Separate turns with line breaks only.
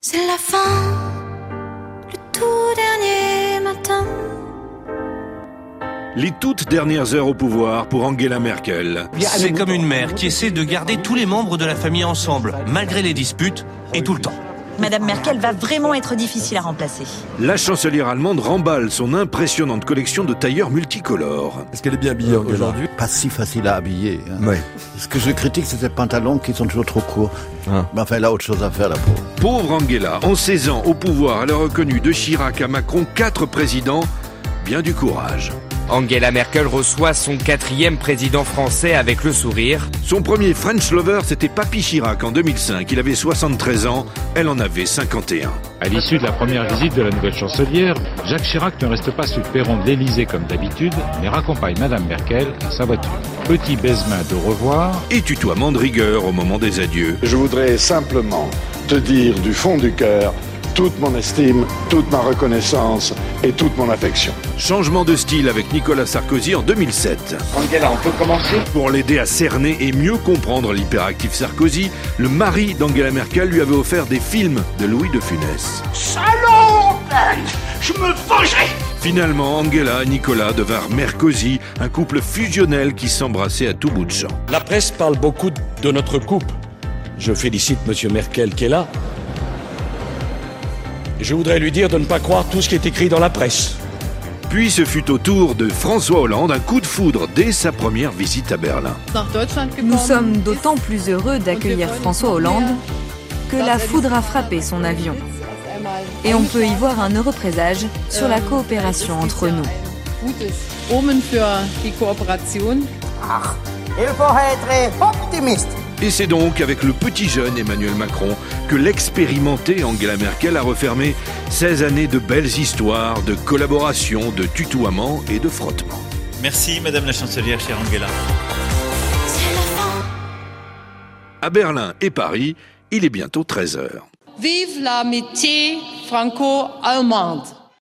C'est la fin, le tout dernier matin.
Les toutes dernières heures au pouvoir pour Angela Merkel.
C'est comme une mère qui essaie de garder tous les membres de la famille ensemble, malgré les disputes, et tout le temps.
Madame Merkel va vraiment être difficile à remplacer.
La chancelière allemande remballe son impressionnante collection de tailleurs multicolores.
Est-ce qu'elle est bien habillée aujourd'hui
Pas si facile à habiller. hein.
Oui.
Ce que je critique, c'est ces pantalons qui sont toujours trop courts. Mais enfin, elle a autre chose à faire, la pauvre.
Pauvre Angela, en 16 ans au pouvoir, elle a reconnu de Chirac à Macron quatre présidents. Bien du courage.
Angela Merkel reçoit son quatrième président français avec le sourire.
Son premier French lover, c'était Papy Chirac en 2005. Il avait 73 ans, elle en avait 51.
À l'issue de la première visite de la nouvelle chancelière, Jacques Chirac ne reste pas sur le perron de l'Élysée comme d'habitude, mais raccompagne Madame Merkel à sa voiture. Petit baisement de revoir,
Et tutoiement de rigueur au moment des adieux.
Je voudrais simplement te dire du fond du cœur toute mon estime, toute ma reconnaissance et toute mon affection.
Changement de style avec Nicolas Sarkozy en 2007.
Angela, on peut commencer
Pour l'aider à cerner et mieux comprendre l'hyperactif Sarkozy, le mari d'Angela Merkel lui avait offert des films de Louis de Funès.
Je me vengerai
Finalement, Angela et Nicolas devinrent Merkozy, un couple fusionnel qui s'embrassait à tout bout de champ.
La presse parle beaucoup de notre couple. Je félicite M. Merkel qui est là. Et Je voudrais lui dire de ne pas croire tout ce qui est écrit dans la presse.
Puis ce fut au tour de François Hollande un coup de foudre dès sa première visite à Berlin.
Nous sommes d'autant plus heureux d'accueillir François Hollande que la foudre a frappé son avion. Et on peut y voir un heureux présage sur la coopération entre nous.
Et c'est donc avec le petit jeune Emmanuel Macron que l'expérimentée Angela Merkel a refermé 16 années de belles histoires, de collaboration, de tutoiement et de frottement.
Merci, Madame la Chancelière, chère Angela.
C'est la fin.
À Berlin et Paris, il est bientôt 13 heures.
Vive l'amitié franco-allemande.